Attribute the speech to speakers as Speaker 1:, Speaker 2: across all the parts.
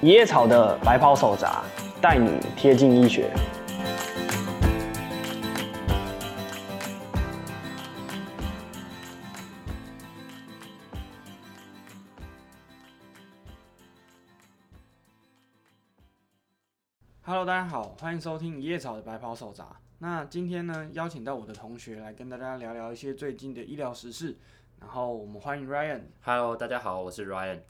Speaker 1: 野草的白袍手札，带你贴近医学。
Speaker 2: Hello，大家好，欢迎收听《一叶草的白袍手札》。那今天呢，邀请到我的同学来跟大家聊聊一些最近的医疗时事。然后我们欢迎 Ryan。
Speaker 3: Hello，大家好，我是 Ryan。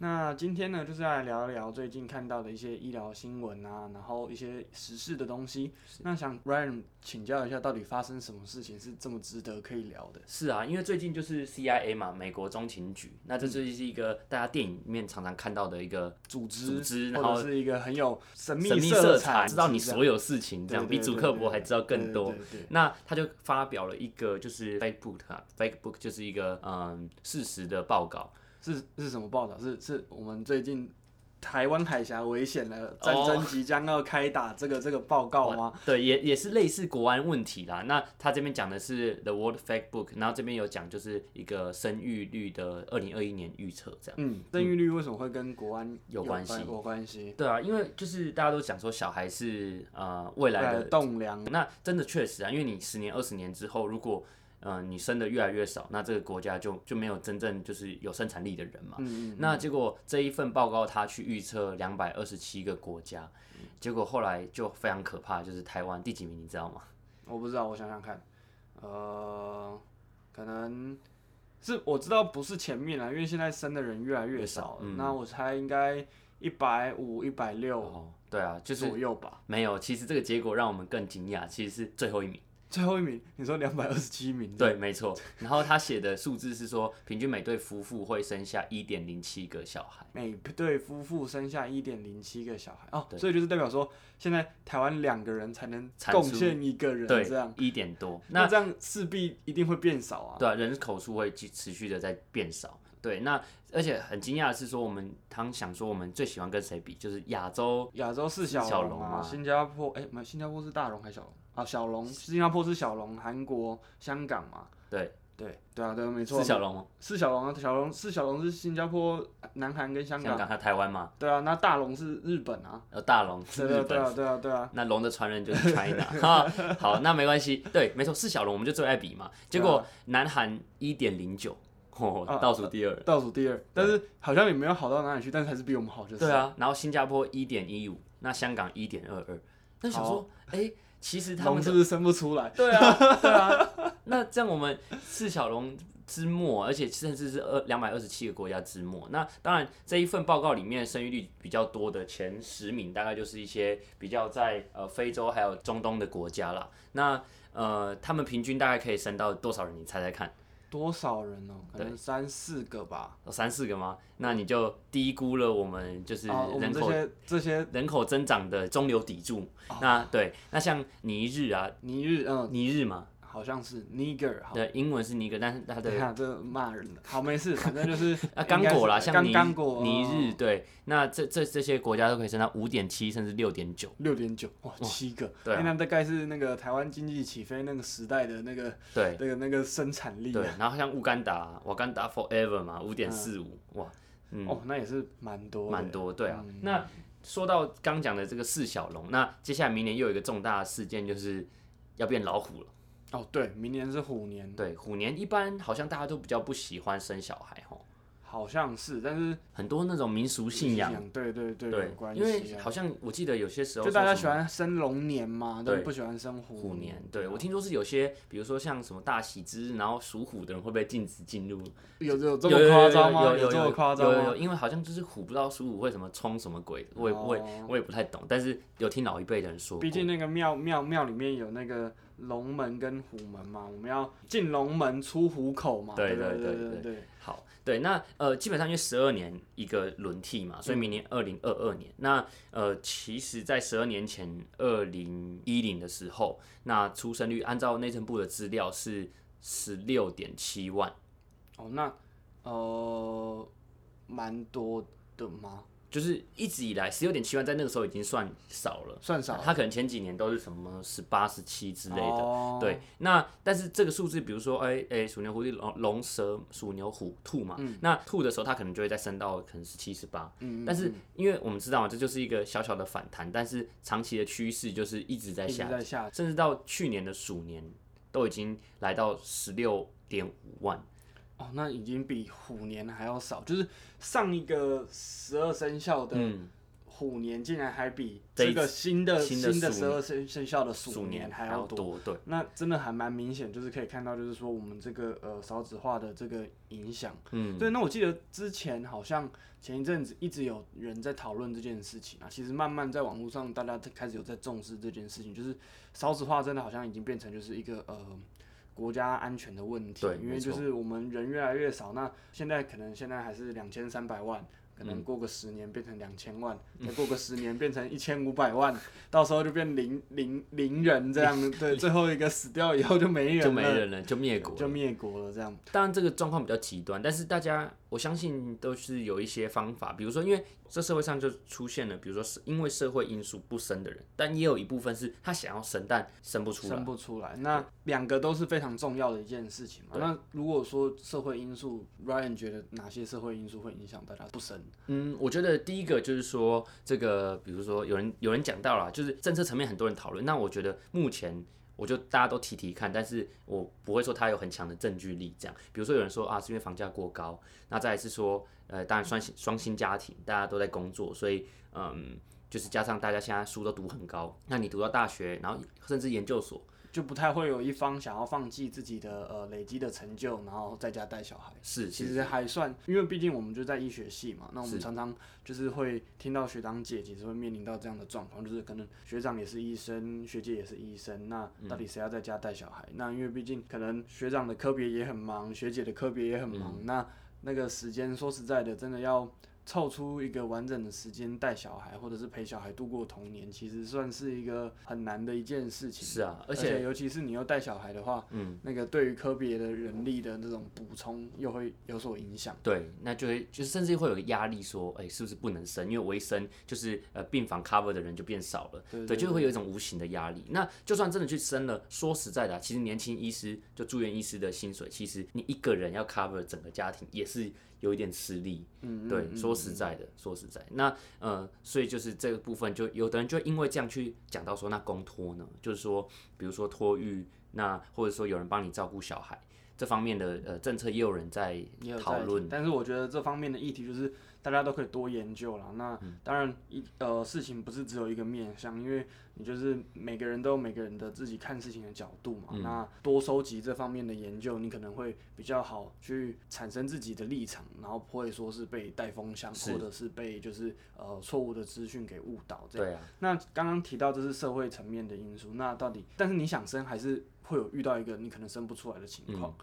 Speaker 2: 那今天呢，就是来聊一聊最近看到的一些医疗新闻啊，然后一些时事的东西。那想 Ryan 请教一下，到底发生什么事情是这么值得可以聊的？
Speaker 3: 是啊，因为最近就是 CIA 嘛，美国中情局，那这就是一个大家电影里面常常看到的一个
Speaker 2: 组织，
Speaker 3: 组织然
Speaker 2: 或
Speaker 3: 后
Speaker 2: 者是一个很有神秘
Speaker 3: 神秘
Speaker 2: 色
Speaker 3: 彩，知道你
Speaker 2: 是这样
Speaker 3: 所有事情，这样
Speaker 2: 啊对对
Speaker 3: 比主克伯还知道更多。
Speaker 2: 对对对对
Speaker 3: 那他就发表了一个就是 fake book 啊，fake book 就是一个嗯事实的报告，
Speaker 2: 是是什么报道？是是我们最近台湾海峡危险了，战
Speaker 3: 哦
Speaker 2: 争即将要开打，这个这个报告吗？
Speaker 3: 对，也也是类似国安问题啦。那他这边讲的是 The World Fact Book，然后这边有讲就是一个生育率的二零二一年预测这样。
Speaker 2: 嗯，生育率为什么会跟国安
Speaker 3: 有关系
Speaker 2: 有关系，
Speaker 3: 对啊，因为就是大家都讲说小孩是呃未来的
Speaker 2: 栋梁，
Speaker 3: 那真的确实啊，因为你十年、二十年之后，如果呃你生的越来越少，那这个国家就就没有真正就是有生产力的人嘛。
Speaker 2: 嗯嗯，
Speaker 3: 那结果这一份报告，他去预测两百二十七个国家，结果后来就非常可怕，就是台湾第几名你知道吗？
Speaker 2: 我不知道，我想想看，呃，可能是我知道不是前面啦，因为现在生的人越来越少了，
Speaker 3: 越少嗯
Speaker 2: 那我猜应该一百五、一百六
Speaker 3: 哦，对啊，就是
Speaker 2: 左右吧。
Speaker 3: 没有。其实这个结果让我们更惊讶，其实是最后一名。
Speaker 2: 最后一名，你说两百二十七名，
Speaker 3: 对，没错。然后他写的数字是说，平均每对夫妇会生下一点零七个小孩。
Speaker 2: 每对夫妇生下一点零七个小孩哦，
Speaker 3: 对
Speaker 2: 所以就是代表说，现在台湾两个人才能
Speaker 3: 产
Speaker 2: 贡
Speaker 3: 出
Speaker 2: 献一个人，
Speaker 3: 对
Speaker 2: 这样，，
Speaker 3: 一点 多。那
Speaker 2: 那这样势必一定会变少啊。
Speaker 3: 对啊，人口数会继持续的在变少。对，那而且很惊讶的是说，我们常想说我们最喜欢跟谁比，就是亚洲
Speaker 2: 亚洲四小
Speaker 3: 小
Speaker 2: 龙
Speaker 3: 龙
Speaker 2: 啊，
Speaker 3: 啊
Speaker 2: 新加坡，哎、没有，新加坡是大龙还是小龙啊？小龙，新加坡是小龙，韩国、香港嘛，
Speaker 3: 对
Speaker 2: 对，对啊，对啊，没错，
Speaker 3: 是小龙吗？
Speaker 2: 四小龙啊，小龙四小龙是新加坡、南韩跟香
Speaker 3: 香港还有台湾吗？
Speaker 2: 对啊，那大龙是日本啊，
Speaker 3: 呃，大龙是
Speaker 2: 对
Speaker 3: 日
Speaker 2: 啊，对
Speaker 3: 本。
Speaker 2: 啊，对啊，对啊，
Speaker 3: 那龙的传人就是 China 哈，好，那没关系，对，没错，是小龙，我们就最爱比嘛。结
Speaker 2: 对
Speaker 3: 果南韩一点零九，哦
Speaker 2: 啊，
Speaker 3: 倒数第二。
Speaker 2: 倒数第二，但是好像也没有好到哪里去，但是还是比我们好，就是
Speaker 3: 对啊，然后新加坡一点一五，那香港一点二二。那想说，哎，其实他
Speaker 2: 龙
Speaker 3: 们
Speaker 2: 是
Speaker 3: 的
Speaker 2: 不是生不出来？
Speaker 3: 对 啊，对啊。那这样我们四小龙之末，而且甚至是二两百二十七个国家之末。那当然，这一份报告里面生育率比较多的前十名，大概就是一些比较在呃非洲还有中东的国家啦。那呃，他们平均大概可以生到多少人？你猜猜看，
Speaker 2: 多少人哦？可
Speaker 3: 对
Speaker 2: 能三四个吧。
Speaker 3: 有三四个吗？那你就低估了我们就是
Speaker 2: 啊，我们
Speaker 3: 人
Speaker 2: 这
Speaker 3: 口、
Speaker 2: 些哦这些
Speaker 3: 人口增长的中流砥柱。那对，那像尼日啊，
Speaker 2: 尼日，嗯，
Speaker 3: 尼日嘛，
Speaker 2: 好像是 nigger，好，
Speaker 3: 对，英文是尼格，但是它的
Speaker 2: 等一下这骂人的，好没事，反正就是
Speaker 3: 啊，刚果啦，
Speaker 2: 应该是
Speaker 3: 像尼
Speaker 2: 刚刚果哦
Speaker 3: 尼日，对，那这这这些国家都可以升到五点七甚至六点九，
Speaker 2: 六点九哇，七个，
Speaker 3: 对啊
Speaker 2: 哎那大概是那个台湾经济起飞那个时代的那个
Speaker 3: 对
Speaker 2: 那个那个生产力啊
Speaker 3: 对，然后像乌干达，瓦干达 forever 嘛，五点四五，哇，嗯，
Speaker 2: 哦，那也是蛮多的，
Speaker 3: 蛮多，对啊
Speaker 2: 嗯。
Speaker 3: 那说到刚讲的这个四小龙，那接下来明年又有一个重大的事件，就是要变老虎了。
Speaker 2: 哦，对，明年是虎年，
Speaker 3: 对，虎年一般好像大家都比较不喜欢生小孩吼，
Speaker 2: 好像是，但是
Speaker 3: 很多那种民俗信仰，，
Speaker 2: 对对对，有
Speaker 3: 对
Speaker 2: 关，
Speaker 3: 因
Speaker 2: 系
Speaker 3: 为
Speaker 2: 啊，
Speaker 3: 好像我记得有些时候
Speaker 2: 就大家
Speaker 3: 说什
Speaker 2: 喜
Speaker 3: 么
Speaker 2: 欢生龙年嘛，
Speaker 3: 对
Speaker 2: 对，不喜欢生
Speaker 3: 虎年，对
Speaker 2: 啊
Speaker 3: 我听说是有些，比如说像什么大喜之日，然后属虎的人会被禁止进入，
Speaker 2: 有有这
Speaker 3: 有
Speaker 2: 么
Speaker 3: 有
Speaker 2: 夸张吗？
Speaker 3: 有有有
Speaker 2: 这么夸张
Speaker 3: 有有
Speaker 2: 吗
Speaker 3: 有？因为好像就是虎不知道属虎会什么冲什么鬼的，我也我也
Speaker 2: 哦
Speaker 3: 我也不太懂，但是有听老一辈的人说过
Speaker 2: 毕，竟那个庙庙庙里面有那个龙门跟虎门嘛，我们要进龙门出虎口嘛，
Speaker 3: 对
Speaker 2: 对
Speaker 3: 对
Speaker 2: 对
Speaker 3: 对
Speaker 2: 对
Speaker 3: 对
Speaker 2: 对。
Speaker 3: 好，对，那呃，基本上因为十二年一个轮替
Speaker 2: 嗯
Speaker 3: 嘛，所以明年二零二二年，那呃，其实在十二年前二零一零的时候，那出生率按照内政部的资料是十六点七万。
Speaker 2: 哦，那呃，蛮多的吗？
Speaker 3: 就是一直以来十六点七万在那个时候已经算少了。
Speaker 2: 算少
Speaker 3: 他可能前几年都是什么十八、十七之类的，
Speaker 2: 哦
Speaker 3: 对，那但是这个数字，比如说，哎、哎、鼠牛、狐狸、龙、龙蛇、鼠牛、虎、兔嘛，那兔的时候，它可能就会再升到可能十七、十八，
Speaker 2: 嗯
Speaker 3: 但是因为我们知道嘛，这就是一个小小的反弹，但是长期的趋势就是一直在
Speaker 2: 一直
Speaker 3: 下
Speaker 2: 在下，
Speaker 3: 甚至到去年的鼠年都已经来到十六点五万，
Speaker 2: 哦，那已经比虎年还要少，就是上一个十二生肖的
Speaker 3: 嗯，
Speaker 2: 虎年，竟然还比
Speaker 3: 这
Speaker 2: 这
Speaker 3: 一
Speaker 2: 个新的
Speaker 3: 新的
Speaker 2: 新的
Speaker 3: 鼠
Speaker 2: 十二生生肖的
Speaker 3: 鼠
Speaker 2: 鼠
Speaker 3: 年
Speaker 2: 年还
Speaker 3: 要
Speaker 2: 要多。
Speaker 3: 多，对，
Speaker 2: 那真的还蛮明显，就是可以看到，就是说我们这个呃少子化的这个影响。
Speaker 3: 嗯，
Speaker 2: 对，那我记得之前好像前一阵子一直有人在讨论这件事情啊。其实慢慢在网络上，大家开始有在重视这件事情，就是少子化真的好像已经变成就是一个呃国家安全的问题
Speaker 3: 对。
Speaker 2: 因
Speaker 3: 没
Speaker 2: 为就
Speaker 3: 错
Speaker 2: 是我们人越来越少，那现在可能现在还是两千三百万。可
Speaker 3: 嗯
Speaker 2: 能过个十年变成两千万，再过个十年变成一千五百 万，到时候就变零零零人这样。对，最后一个死掉以后就没人了，
Speaker 3: 就没人了，就灭国了
Speaker 2: 就灭国了这样。
Speaker 3: 当然这个状况比较极端，但是大家我相信都是有一些方法，比如说，因为这社会上就出现了，比如说是因为社会因素不生的人，但也有一部分是他想要生但生不出来
Speaker 2: 生。不出来。那两个都是非常重要的一件事情嘛。
Speaker 3: 对
Speaker 2: 那如果说社会因素，Ryan 觉得哪些社会因素会影响大家不生？
Speaker 3: 嗯，我觉得第一个就是说，这个比如说有人有人讲到了，就是政策层面很多人讨论，那我觉得目前。我就大家都提提看，但是我不会说它有很强的证据力。这样，比如说有人说啊，是因为房价过高，那再来是说，呃，当然双薪双薪家庭，大家都在工作，所以嗯，就是加上大家现在书都读很高，那你读到大学，然后甚至研究所，
Speaker 2: 就不太会有一方想要放弃自己的呃累积的成就，然后在家带小孩。
Speaker 3: 是
Speaker 2: 其
Speaker 3: 其实
Speaker 2: 实还算，因为毕竟我们就在医学系嘛，那我
Speaker 3: 是
Speaker 2: 们常常就是会听到学长姐其实会面临到这样的状况，就是可能学长也是医生，学姐也是医生，那到
Speaker 3: 嗯
Speaker 2: 底谁要在家带小孩？那因为毕竟可能学长的科别也很忙，学姐的科别也很忙，
Speaker 3: 嗯
Speaker 2: 那那个时间说实在的，真的要凑出一个完整的时间带小孩，或者是陪小孩度过童年，其实算是一个很难的一件事情。
Speaker 3: 是啊，
Speaker 2: 而
Speaker 3: 而且
Speaker 2: 尤其是你又带小孩的话，嗯，那个对于科别的人力的那种补充又会有所影响。
Speaker 3: 对，那就会就是甚至会有个压力说，哎、是不是不能生？因为我一生就是呃病房 cover 的人就变少了，
Speaker 2: 对对
Speaker 3: 就会有一种无形的压力。那就算真的去生了，说实在的啊、其实年轻医师就住院医师的薪水，其实你一个人要 cover 整个家庭也是有一点吃力。
Speaker 2: 嗯，
Speaker 3: 对，
Speaker 2: 嗯
Speaker 3: 说实在的，说实在，那呃，所以就是这个部分，就有的人就因为这样去讲到说，那公托呢，就是说，比如说托育，那或者说有人帮你照顾小孩。这方面的呃政策也有人在
Speaker 2: 嗯也有在
Speaker 3: 讨论
Speaker 2: 听，但是我觉得这方面的议题就是大家都可以多研究啦。那
Speaker 3: 嗯
Speaker 2: 当然一呃事情不是只有一个面向，因为你就是每个人都有每个人的自己看事情的角度
Speaker 3: 嗯
Speaker 2: 嘛。那多收集这方面的研究，你可能会比较好去产生自己的立场，然后不会说是被带风向，
Speaker 3: 是
Speaker 2: 或者是被就是呃错误的资讯给误导这样。
Speaker 3: 对啊，
Speaker 2: 那刚刚提到这是社会层面的因素，那到底，但是你想生还是会有遇到一个你可能生不出来的情况，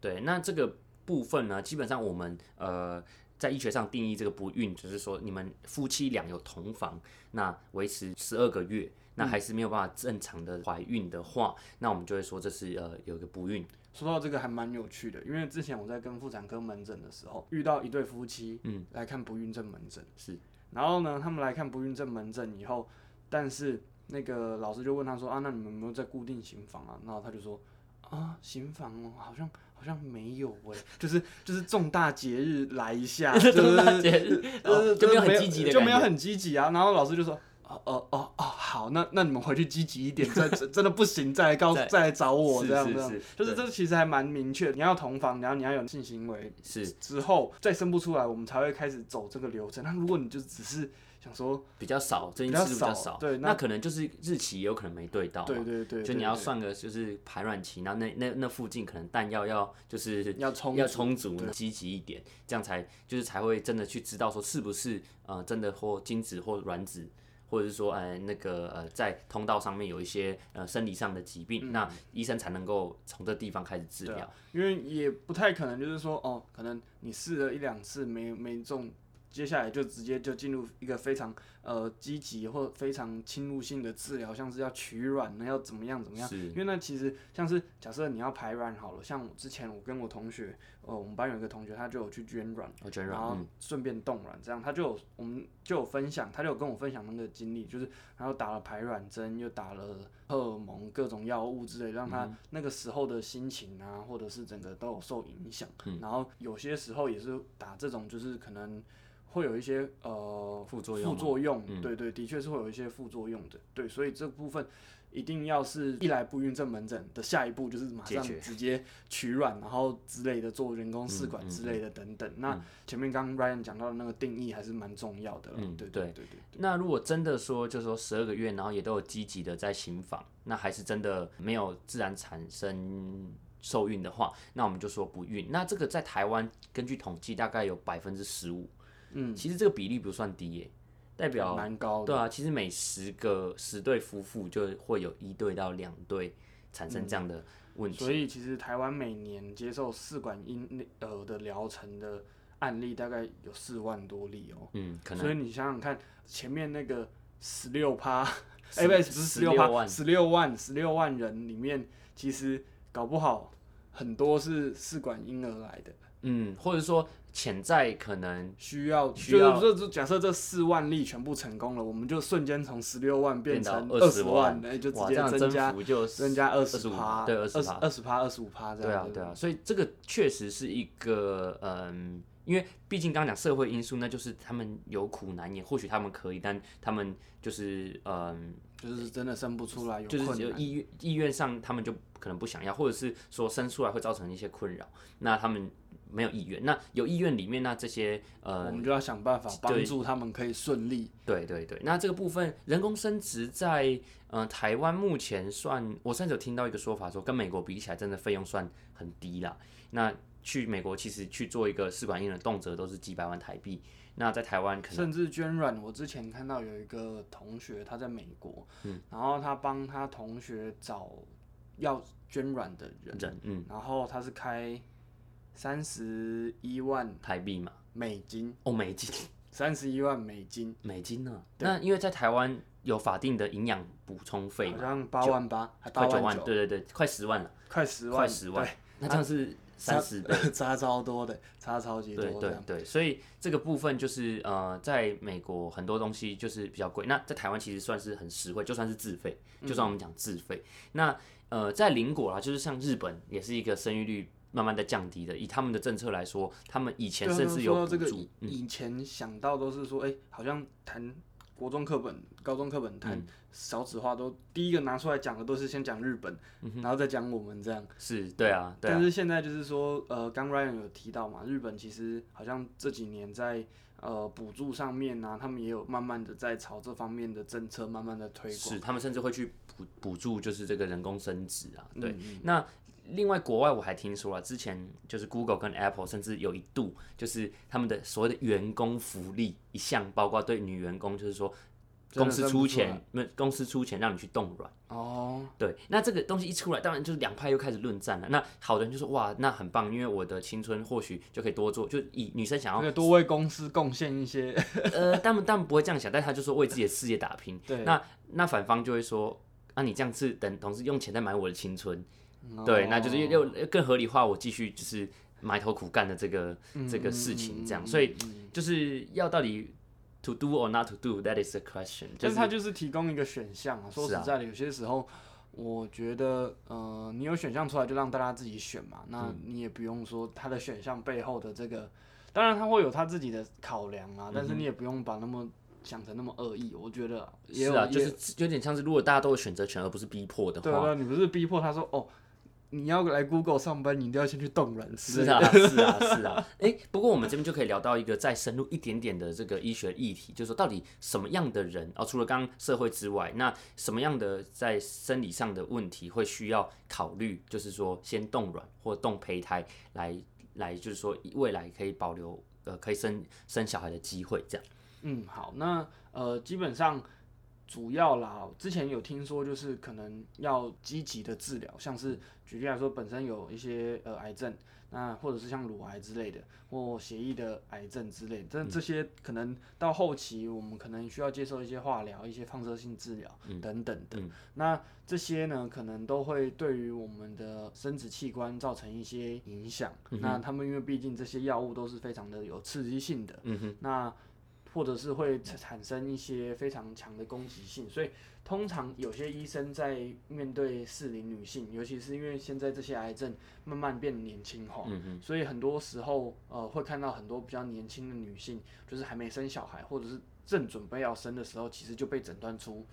Speaker 3: 对，那这个部分呢，基本上我们呃在医学上定义这个不孕，就是说你们夫妻俩有同房，那维持十二个月，那还是没有办法正常的怀孕的话，那我们就会说这是呃有一个不 孕。
Speaker 2: 说到这个还蛮有趣的，因为之前我在跟妇产科门诊的时候，遇到一对夫妻，嗯，来看不孕症门诊，
Speaker 3: 是，
Speaker 2: 然后呢，他们来看不孕症门诊以后，但是那个老师就问他说啊，那你们有没有在固定行房啊？然后他就说啊，行房哦，好像好像没有哎，就是就是重大节日来一下，就是
Speaker 3: 哦就没有很积极的
Speaker 2: 呃就没有
Speaker 3: 感觉。
Speaker 2: 很积极啊。然后老师就说。哦哦哦哦，好，那那你们回去积极一点，再 真真的不行，再来告
Speaker 3: 再
Speaker 2: 再来找我
Speaker 3: 是
Speaker 2: 这样
Speaker 3: 是
Speaker 2: 这样
Speaker 3: 是，
Speaker 2: 就是
Speaker 3: 对
Speaker 2: 这其实还蛮明确，你要同房，然后你要有性行为
Speaker 3: 是
Speaker 2: 之后再生不出来，我们才会开始走这个流程。那如果你就只是想说，
Speaker 3: 比较少，最近
Speaker 2: 比较
Speaker 3: 次数比
Speaker 2: 少
Speaker 3: 较少，
Speaker 2: 对那
Speaker 3: 那可能就是日期也有可能没对到嘛，
Speaker 2: 对对对，
Speaker 3: 哦就
Speaker 2: 对
Speaker 3: 你要
Speaker 2: 对
Speaker 3: 算个就是排卵期，然后那那那附近可能弹药要就是
Speaker 2: 要充足
Speaker 3: 要充足，
Speaker 2: 对
Speaker 3: 积极一点，这样才就是才会真的去知道说是不是呃真的或精子或卵子。或者是说，呃，那个呃，在通道上面有一些呃生理上的疾病，那医生才能够从这地方开始治
Speaker 2: 嗯对啊
Speaker 3: 疗。
Speaker 2: 因为也不太可能就是说哦，可能你试了一两次没没中接下来就直接就进入一个非常呃积极或非常侵入性的治疗，像是要取卵，要怎么样怎么样。
Speaker 3: 是
Speaker 2: 因为那其实像是假设你要排卵好了，像我之前我跟我同学，呃，我们班有一个同学，他就有去捐卵，
Speaker 3: 我觉得嗯
Speaker 2: 然后顺便冻卵，这样他就有我们就有分享，他就有跟我分享那个经历，就是然后打了排卵针，又打了荷尔蒙各种药物之类，让他
Speaker 3: 嗯
Speaker 2: 那个时候的心情啊，或者是整个都有受影响。
Speaker 3: 嗯
Speaker 2: 然后有些时候也是打这种，就是可能会有一些呃
Speaker 3: 副作用嗯
Speaker 2: 副
Speaker 3: 吗
Speaker 2: 作用，对对，的确是会有一些副作用的，对，所以这部分。一定要是一来不孕症门诊的下一步就是马上
Speaker 3: 解决嗯
Speaker 2: 直接取卵，然后之类的做人工试管之类的等等。那前面刚刚 Ryan 讲到的那个定义还是蛮重要的啦，
Speaker 3: 嗯
Speaker 2: 对对
Speaker 3: 对
Speaker 2: 对对。
Speaker 3: 那如果真的说，就是说十二个月，然后也都有积极的在行房，那还是真的没有自然产生受孕的话，那我们就说不孕。那这个在台湾根据统计大概有百分之十五，
Speaker 2: 嗯，哦
Speaker 3: 其实这个比例不算低耶、代表
Speaker 2: 蛮高的。
Speaker 3: 对啊，其实每十个十对夫妇就会有一对到两对产生这样的问题。
Speaker 2: 所以其实台湾每年接受试管婴儿的疗程的案例大概有四万多例哦、
Speaker 3: 嗯，可
Speaker 2: 所以
Speaker 3: 能
Speaker 2: 你想想看，前面那个十六趴，
Speaker 3: 十
Speaker 2: 哎，不是不是十六
Speaker 3: 16
Speaker 2: 趴，
Speaker 3: 万
Speaker 2: 十六万十六万人里面，其实搞不好很多是试管婴儿来的。
Speaker 3: 嗯，或者说潜在可能
Speaker 2: 需要，
Speaker 3: 需
Speaker 2: 就是
Speaker 3: 要
Speaker 2: 这这假设这四万例全部成功了，我们就瞬间从十六万变成
Speaker 3: 变到
Speaker 2: 十
Speaker 3: 20
Speaker 2: 万
Speaker 3: 万，
Speaker 2: 哎，就直
Speaker 3: 哇，
Speaker 2: 接
Speaker 3: 这样
Speaker 2: 增加
Speaker 3: 增幅就
Speaker 2: 增加二十
Speaker 3: 25
Speaker 2: 趴，
Speaker 3: 对
Speaker 2: 二
Speaker 3: 20趴
Speaker 2: 二十趴，二十五趴这样。
Speaker 3: 对啊，对啊，，所以这个确实是一个嗯，因为毕竟刚刚讲社会因素，那就是他们有苦难言，或许他们可以，但他们就是嗯，
Speaker 2: 就是真的生不出来，有
Speaker 3: 就
Speaker 2: 困
Speaker 3: 是有
Speaker 2: 难。
Speaker 3: 意愿意愿上他们就可能不想要，或者是说生出来会造成一些困扰，那他们没有意愿，那有意愿里面那这些
Speaker 2: 我
Speaker 3: 呃，
Speaker 2: 们就要想办法帮
Speaker 3: 对
Speaker 2: 助他们可以顺利。
Speaker 3: 对对对，那这个部分人工生殖在呃台湾目前算，我甚至有听到一个说法说，跟美国比起来，真的费用算很低啦。那去美国其实去做一个试管婴儿，动辄都是几百万台币。那在台湾可能
Speaker 2: 甚至捐卵，我之前看到有一个同学他在美国，
Speaker 3: 嗯
Speaker 2: 然后他帮他同学找要捐卵的人，
Speaker 3: 人嗯
Speaker 2: 然后他是开三十一万
Speaker 3: 台币嘛，
Speaker 2: 美金，
Speaker 3: 哦美金
Speaker 2: 三十一万美金，
Speaker 3: 美金呢、那因为在台湾有法定的营养补充费
Speaker 2: 好
Speaker 3: 嘛，
Speaker 2: 像八万八，还八
Speaker 3: 快九
Speaker 2: 万
Speaker 3: 万，，对对对，快十万了，
Speaker 2: 快十万，
Speaker 3: 快十万，那这样是三十倍。
Speaker 2: 对， 差超多的，差超级多
Speaker 3: 对
Speaker 2: 这
Speaker 3: 对
Speaker 2: 样。
Speaker 3: 对，所以这个部分就是呃，在美国很多东西就是比较贵，那在台湾其实算是很实惠，就算是自费，就算我
Speaker 2: 嗯
Speaker 3: 们讲自费，那呃，在邻国啦，就是像日本也是一个生育率慢慢在降低的，以他们的政策来说，他们以前
Speaker 2: 对啊
Speaker 3: 甚
Speaker 2: 那
Speaker 3: 至
Speaker 2: 说
Speaker 3: 有
Speaker 2: 到
Speaker 3: 补
Speaker 2: 这个
Speaker 3: 助嗯
Speaker 2: 以，，以前想到都是说，哎、好像谈国中课本、高中课本
Speaker 3: 嗯
Speaker 2: 谈少子化都，第一个拿出来讲的都是先讲日本，然后再讲我们这样。
Speaker 3: 是对啊，嗯对啊
Speaker 2: 但，是现在就是说，呃，刚 Ryan 有提到嘛，日本其实好像这几年在呃补助上面呢、他们也有慢慢的在朝这方面的政策慢慢的推广。
Speaker 3: 是他们甚至会去补补助，就是这个人工生殖啊，对，
Speaker 2: 嗯
Speaker 3: 那另外国外我还听说了，之前就是 Google 跟 Apple 甚至有一度就是他们的所谓的员工福利一项，包括对女员工，就是说
Speaker 2: 真的
Speaker 3: 公司
Speaker 2: 生不
Speaker 3: 出
Speaker 2: 出来
Speaker 3: 钱，没有公司出钱让你去冻卵。
Speaker 2: 哦，
Speaker 3: 对，那这个东西一出来，当然就是两派又开始论战了。那好的人就说哇，那很棒，因为我的青春或许就可以多做，就以女生想
Speaker 2: 这
Speaker 3: 要
Speaker 2: 个多为公司贡献一些，
Speaker 3: 呃，他们当然不会这样想，但他就说为自己的事业打拼。
Speaker 2: 对
Speaker 3: 那那反方就会说，啊，你这样是等同是用钱在买我的青春。对，那就是
Speaker 2: 哦
Speaker 3: 又又更合理化我继续就是埋头苦干的这个、
Speaker 2: 嗯
Speaker 3: 这个事情，这样，所以就是要到底 to do or not to do，that is the question，就
Speaker 2: 但
Speaker 3: 是啊
Speaker 2: 是它就是提供一个选项啊。说实
Speaker 3: 是啊
Speaker 2: 在的，有些时候我觉得，呃，你有选项出来就让大家自己选嘛，那
Speaker 3: 嗯
Speaker 2: 你也不用说它的选项背后的这个，当然他会有他自己的考量啊，
Speaker 3: 嗯
Speaker 2: 但是你也不用把那么想成那么恶意。我觉得也
Speaker 3: 是
Speaker 2: 有，
Speaker 3: 啊，就
Speaker 2: 也
Speaker 3: 是有点像是如果大家都有选择权而不是逼迫的
Speaker 2: 对
Speaker 3: 话，
Speaker 2: 啊，你不是逼迫他说哦。你要来 Google 上班，你一定要先去冻卵之
Speaker 3: 是
Speaker 2: 类的。
Speaker 3: 啊，是啊，是啊。 哎、不过我们这边就可以聊到一个再深入一点点的这个医学议题，就是说到底什么样的人哦，除了刚刚社会之外，那什么样的在生理上的问题会需要考虑，就是说先冻卵或冻胚胎来来，就是说未来可以保留呃可以生生小孩的机会，这样。
Speaker 2: 嗯，好，那呃，基本上主要啦，之前有听说就是可能要积极的治疗，像是举例来说，本身有一些呃癌症，那或者是像乳癌之类的，或血液的癌症之类的，但这些可能到后期我们可能需要接受一些化疗、一些放射性治疗等等的。那这些呢，可能都会对于我们的生殖器官造成一些影响。那他们因为毕竟这些药物都是非常的有刺激性的，嗯、那或者是会产产生一些非常强的攻击性，所以通常有些医生在面对适龄女性，尤其是因为现在这些癌症慢慢变年轻化，所以很多时候呃会看到很多比较年轻的女性，就是还没生小孩或者是正准备要生的时候，其实就被诊断出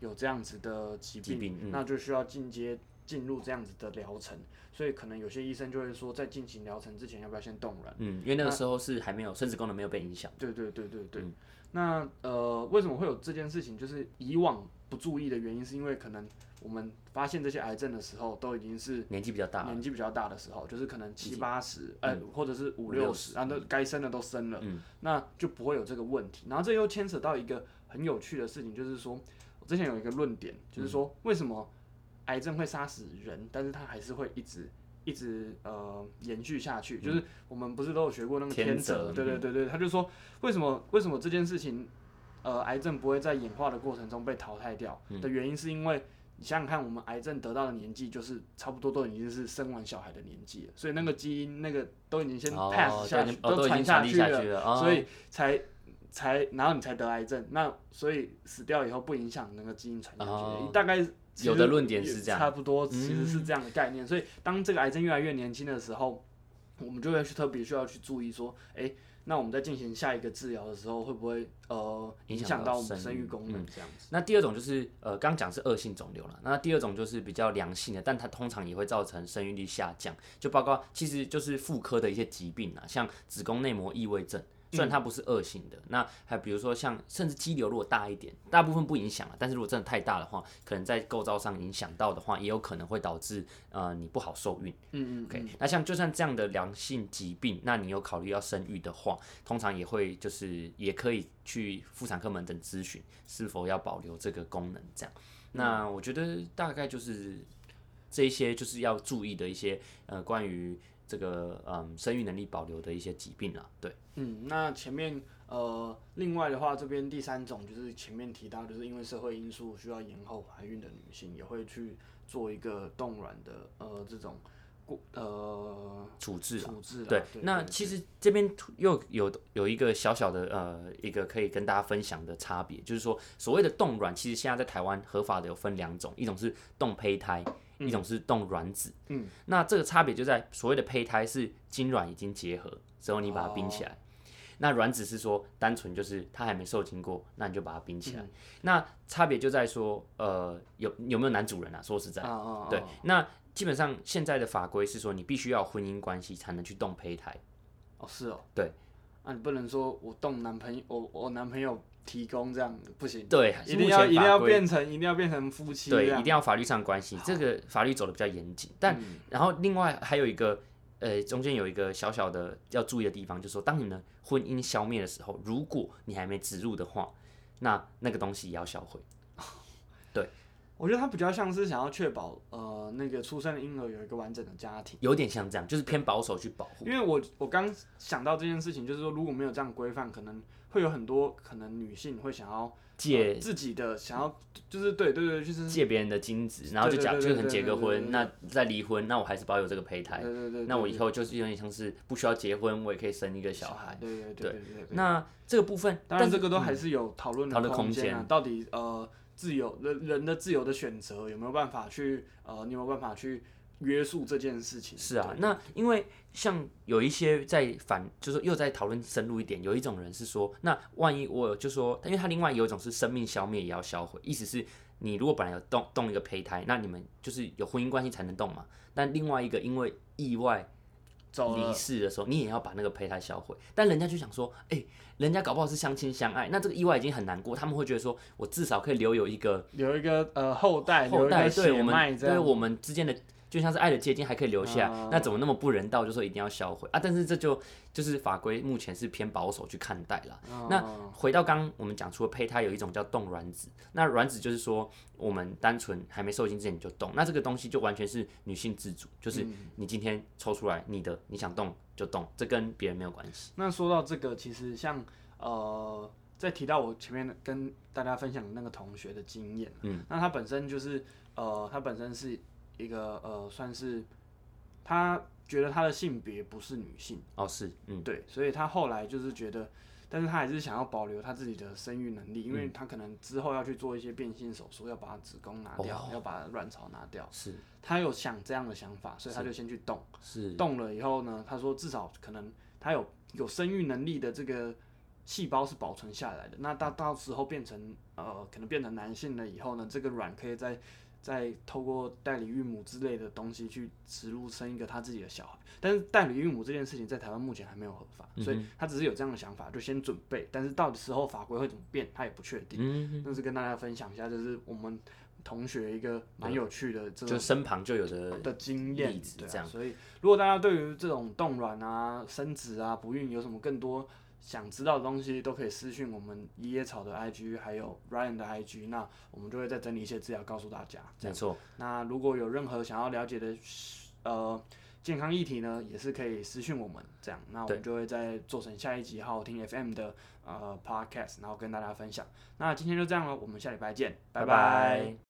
Speaker 2: 有这样子的疾病，
Speaker 3: 疾病嗯
Speaker 2: 那就需要进阶进入这样子的疗程，所以可能有些医生就会说，在进行疗程之前要不要先冻卵？
Speaker 3: 嗯，因为那个时候是还没有生殖功能没有被影响，
Speaker 2: 对对对对对。那呃，为什么会有这件事情？就是以往不注意的原因，是因为可能我们发现这些癌症的时候，都已经是
Speaker 3: 年纪比较大了，
Speaker 2: 年纪比较大的时候，就是可能七八十，呃，或者是五六十，啊，嗯那该生的都生了，那就不会有这个问题。然后这又牵扯到一个很有趣的事情，就是说，我之前有一个论点，就是说为什么癌症会杀死人，但是它还是会一直。一直呃延续下去，就是我们不是都有学过那个嗯
Speaker 3: 天
Speaker 2: 天
Speaker 3: 择
Speaker 2: 择，嗯对对对对，他就说为什么为什么这件事情，呃，癌症不会在演化的过程中被淘汰掉
Speaker 3: 嗯
Speaker 2: 的原因，是因为你想想看，我们癌症得到的年纪就是差不多都已经是生完小孩的年纪了，所以那个基因那个都已经先
Speaker 3: 哦
Speaker 2: pass 下去，
Speaker 3: 都已经哦都已
Speaker 2: 传
Speaker 3: 经传递
Speaker 2: 去
Speaker 3: 下去了哦
Speaker 2: 所以才才然后你才得癌症，那所以死掉以后不影响那个基因传下去，
Speaker 3: 哦
Speaker 2: 大概其实
Speaker 3: 有的论点是这样嗯
Speaker 2: 差不多其实是这样的概念，所以当这个癌症越来越年轻的时候，我们就会去特别需要去注意说，哎、那我们在进行下一个治疗的时候，会不会呃
Speaker 3: 影
Speaker 2: 影
Speaker 3: 响
Speaker 2: 响
Speaker 3: 到
Speaker 2: 到我们
Speaker 3: 生
Speaker 2: 生
Speaker 3: 育嗯
Speaker 2: 育功能这样子？
Speaker 3: 那第二种就是呃，刚讲是恶性肿瘤了。那第二种就是比较良性的，但它通常也会造成生育率下降，就包括其实就是妇科的一些疾病啊，像子宫内膜异位症。虽然它不是恶性的，那还比如说像甚至肌瘤如果大一点，大部分不影响了，但是如果真的太大的话，可能在构造上影响到的话，也有可能会导致呃你不好受孕。
Speaker 2: 嗯嗯
Speaker 3: OK，那像就算这样的良性疾病，那你有考虑要生育的话，通常也会就是也可以去妇产科门诊咨询是否要保留这个功能这样。那我觉得大概就是这一些就是要注意的一些呃关于这个嗯生育能力保留的一些疾病啦，对，
Speaker 2: 嗯，那前面呃，另外的话，这边第三种就是前面提到，就是因为社会因素需要延后怀孕的女性，也会去做一个冻卵的呃这种过呃
Speaker 3: 处置啊。
Speaker 2: 处置啦。
Speaker 3: 对，那
Speaker 2: 对
Speaker 3: 其实这边又有有一个小小的呃一个可以跟大家分享的差别，就是说所谓的冻卵，其实现在在台湾合法的有分两种，一种是冻胚胎，一种是冻卵子。
Speaker 2: 嗯，
Speaker 3: 那这个差别就在所谓的胚胎是精卵已经结合之后，你把它冰
Speaker 2: 哦
Speaker 3: 起来。那卵子是说，单纯就是它还没受精过，那你就把它冰起来。
Speaker 2: 嗯
Speaker 3: 那差别就在说，呃，有有没有男主人啊？说实在，
Speaker 2: 啊啊，啊
Speaker 3: 对，那基本上现在的法规是说，你必须要有婚姻关系才能去动胚胎。
Speaker 2: 哦是哦，
Speaker 3: 对，
Speaker 2: 啊你不能说我冻男朋友，我我男朋友提供这样不行，
Speaker 3: 对，啊
Speaker 2: 一定
Speaker 3: 目
Speaker 2: 要
Speaker 3: 前
Speaker 2: 一定要
Speaker 3: 法规
Speaker 2: 变啊成一定要变成夫妻这
Speaker 3: 对，
Speaker 2: 样
Speaker 3: 一定要法律上的关系，这个法律走的比较严谨。但、
Speaker 2: 嗯
Speaker 3: 嗯然后另外还有一个，呃，中间有一个小小的要注意的地方，就是说，当你们婚姻消灭的时候，如果你还没植入的话，那那个东西也要销毁。
Speaker 2: 我觉得他比较像是想要确保呃那个出生的婴儿有一个完整的家庭。
Speaker 3: 有点像这样，就是偏保守去保护。
Speaker 2: 因为我我刚想到这件事情，就是说如果没有这样规范，可能会有很多可能女性会想要
Speaker 3: 借
Speaker 2: 呃自己的想要，就是对对对，就是
Speaker 3: 借别人的精子，然后就假
Speaker 2: 对
Speaker 3: 就
Speaker 2: 对对
Speaker 3: 可能结个
Speaker 2: 对对
Speaker 3: 婚，
Speaker 2: 对对
Speaker 3: 那再离婚，那我还是保有这个胚胎
Speaker 2: 对。对对，
Speaker 3: 那我以
Speaker 2: 后
Speaker 3: 后就是有点像是不需要结婚，我也可以生一个小孩。
Speaker 2: 对对对对对对。
Speaker 3: 那这个部分，
Speaker 2: 当
Speaker 3: 但
Speaker 2: 然
Speaker 3: 是嗯
Speaker 2: 这个都还是有讨论
Speaker 3: 讨论
Speaker 2: 的
Speaker 3: 空
Speaker 2: 间啊
Speaker 3: 间，
Speaker 2: 到底呃自由人人的自由的选择有没有办法去呃你有没有办法去约束这件事情？
Speaker 3: 是啊
Speaker 2: 对，
Speaker 3: 那因为像有一些在反，就是又在讨论深入一点，有一种人是说，那万一我就说，因为他另外有一种是生命消灭也要销毁，意思是你如果本来有动动一个胚胎，那你们就是有婚姻关系才能动嘛，但另外一个因为意外
Speaker 2: 走
Speaker 3: 离
Speaker 2: 了
Speaker 3: 世的时候，你也要把那个胚胎销毁。但人家就想说，哎、人家搞不好是相亲相爱，那这个意外已经很难过，他们会觉得说我至少可以留有一个
Speaker 2: 有一个呃后代，
Speaker 3: 后代
Speaker 2: 有一个
Speaker 3: 对
Speaker 2: 血
Speaker 3: 我
Speaker 2: 脉
Speaker 3: 们
Speaker 2: 这样
Speaker 3: 对我们之间的就像是爱的结晶还可以留下，
Speaker 2: 啊
Speaker 3: 那怎么那么不人道，就说一定要销毁啊？但是这就就是法规目前是偏保守去看待啦。那
Speaker 2: 哦
Speaker 3: 回到刚刚我们讲，除了胚胎有一种叫冻卵子，那卵子就是说我们单纯还没受精之前你就冻，那这个东西就完全是女性自主，就是
Speaker 2: 嗯
Speaker 3: 你今天抽出来你的，你想动就动，这跟别人没有关系。
Speaker 2: 那说到这个，其实像呃，再提到我前面跟大家分享的那个同学的经验，啊
Speaker 3: 嗯，
Speaker 2: 那他本身就是呃，他本身是一个呃，算是他觉得他的性别不是女性，
Speaker 3: 哦，是，嗯，
Speaker 2: 对，所以他后来就是觉得。但是他还是想要保留他自己的生育能力，因
Speaker 3: 嗯
Speaker 2: 为他可能之后要去做一些变性手术，要把子宫拿掉，
Speaker 3: 哦
Speaker 2: 要把卵巢拿掉。
Speaker 3: 是
Speaker 2: 他有想这样的想法，所以他就先去动。
Speaker 3: 是，
Speaker 2: 动了以后呢，他说至少可能他有有生育能力的这个细胞是保存下来的。那
Speaker 3: 嗯
Speaker 2: 到到时候变成呃，可能变成男性了以后呢，这个卵可以再再透过代理孕母之类的东西去植入生一个他自己的小孩。但是代理孕母这件事情在台湾目前还没有合法，
Speaker 3: 嗯
Speaker 2: 所以他只是有这样的想法，就先准备。但是到底时候法规会怎么变，他也不确定。
Speaker 3: 嗯，
Speaker 2: 那是跟大家分享一下，就是我们同学一个蛮有趣的这种
Speaker 3: 就身旁就有的
Speaker 2: 的经验
Speaker 3: 例子
Speaker 2: 对啊
Speaker 3: 这样
Speaker 2: 所以，如果大家对于这种冻卵啊、生殖啊、不孕有什么更多想知道的东西，都可以私讯我们一叶草的 IG，还有 Ryan 的 IG，那我们就会再整理一些资料告诉大家。这
Speaker 3: 没
Speaker 2: 样，
Speaker 3: 错，
Speaker 2: 那如果有任何想要了解的呃健康议题呢，也是可以私讯我们这样，那我们就会再做成下一集好好听 FM 的呃 Podcast，然后跟大家分享。那今天就这样了，我们下礼拜见，拜
Speaker 3: 拜拜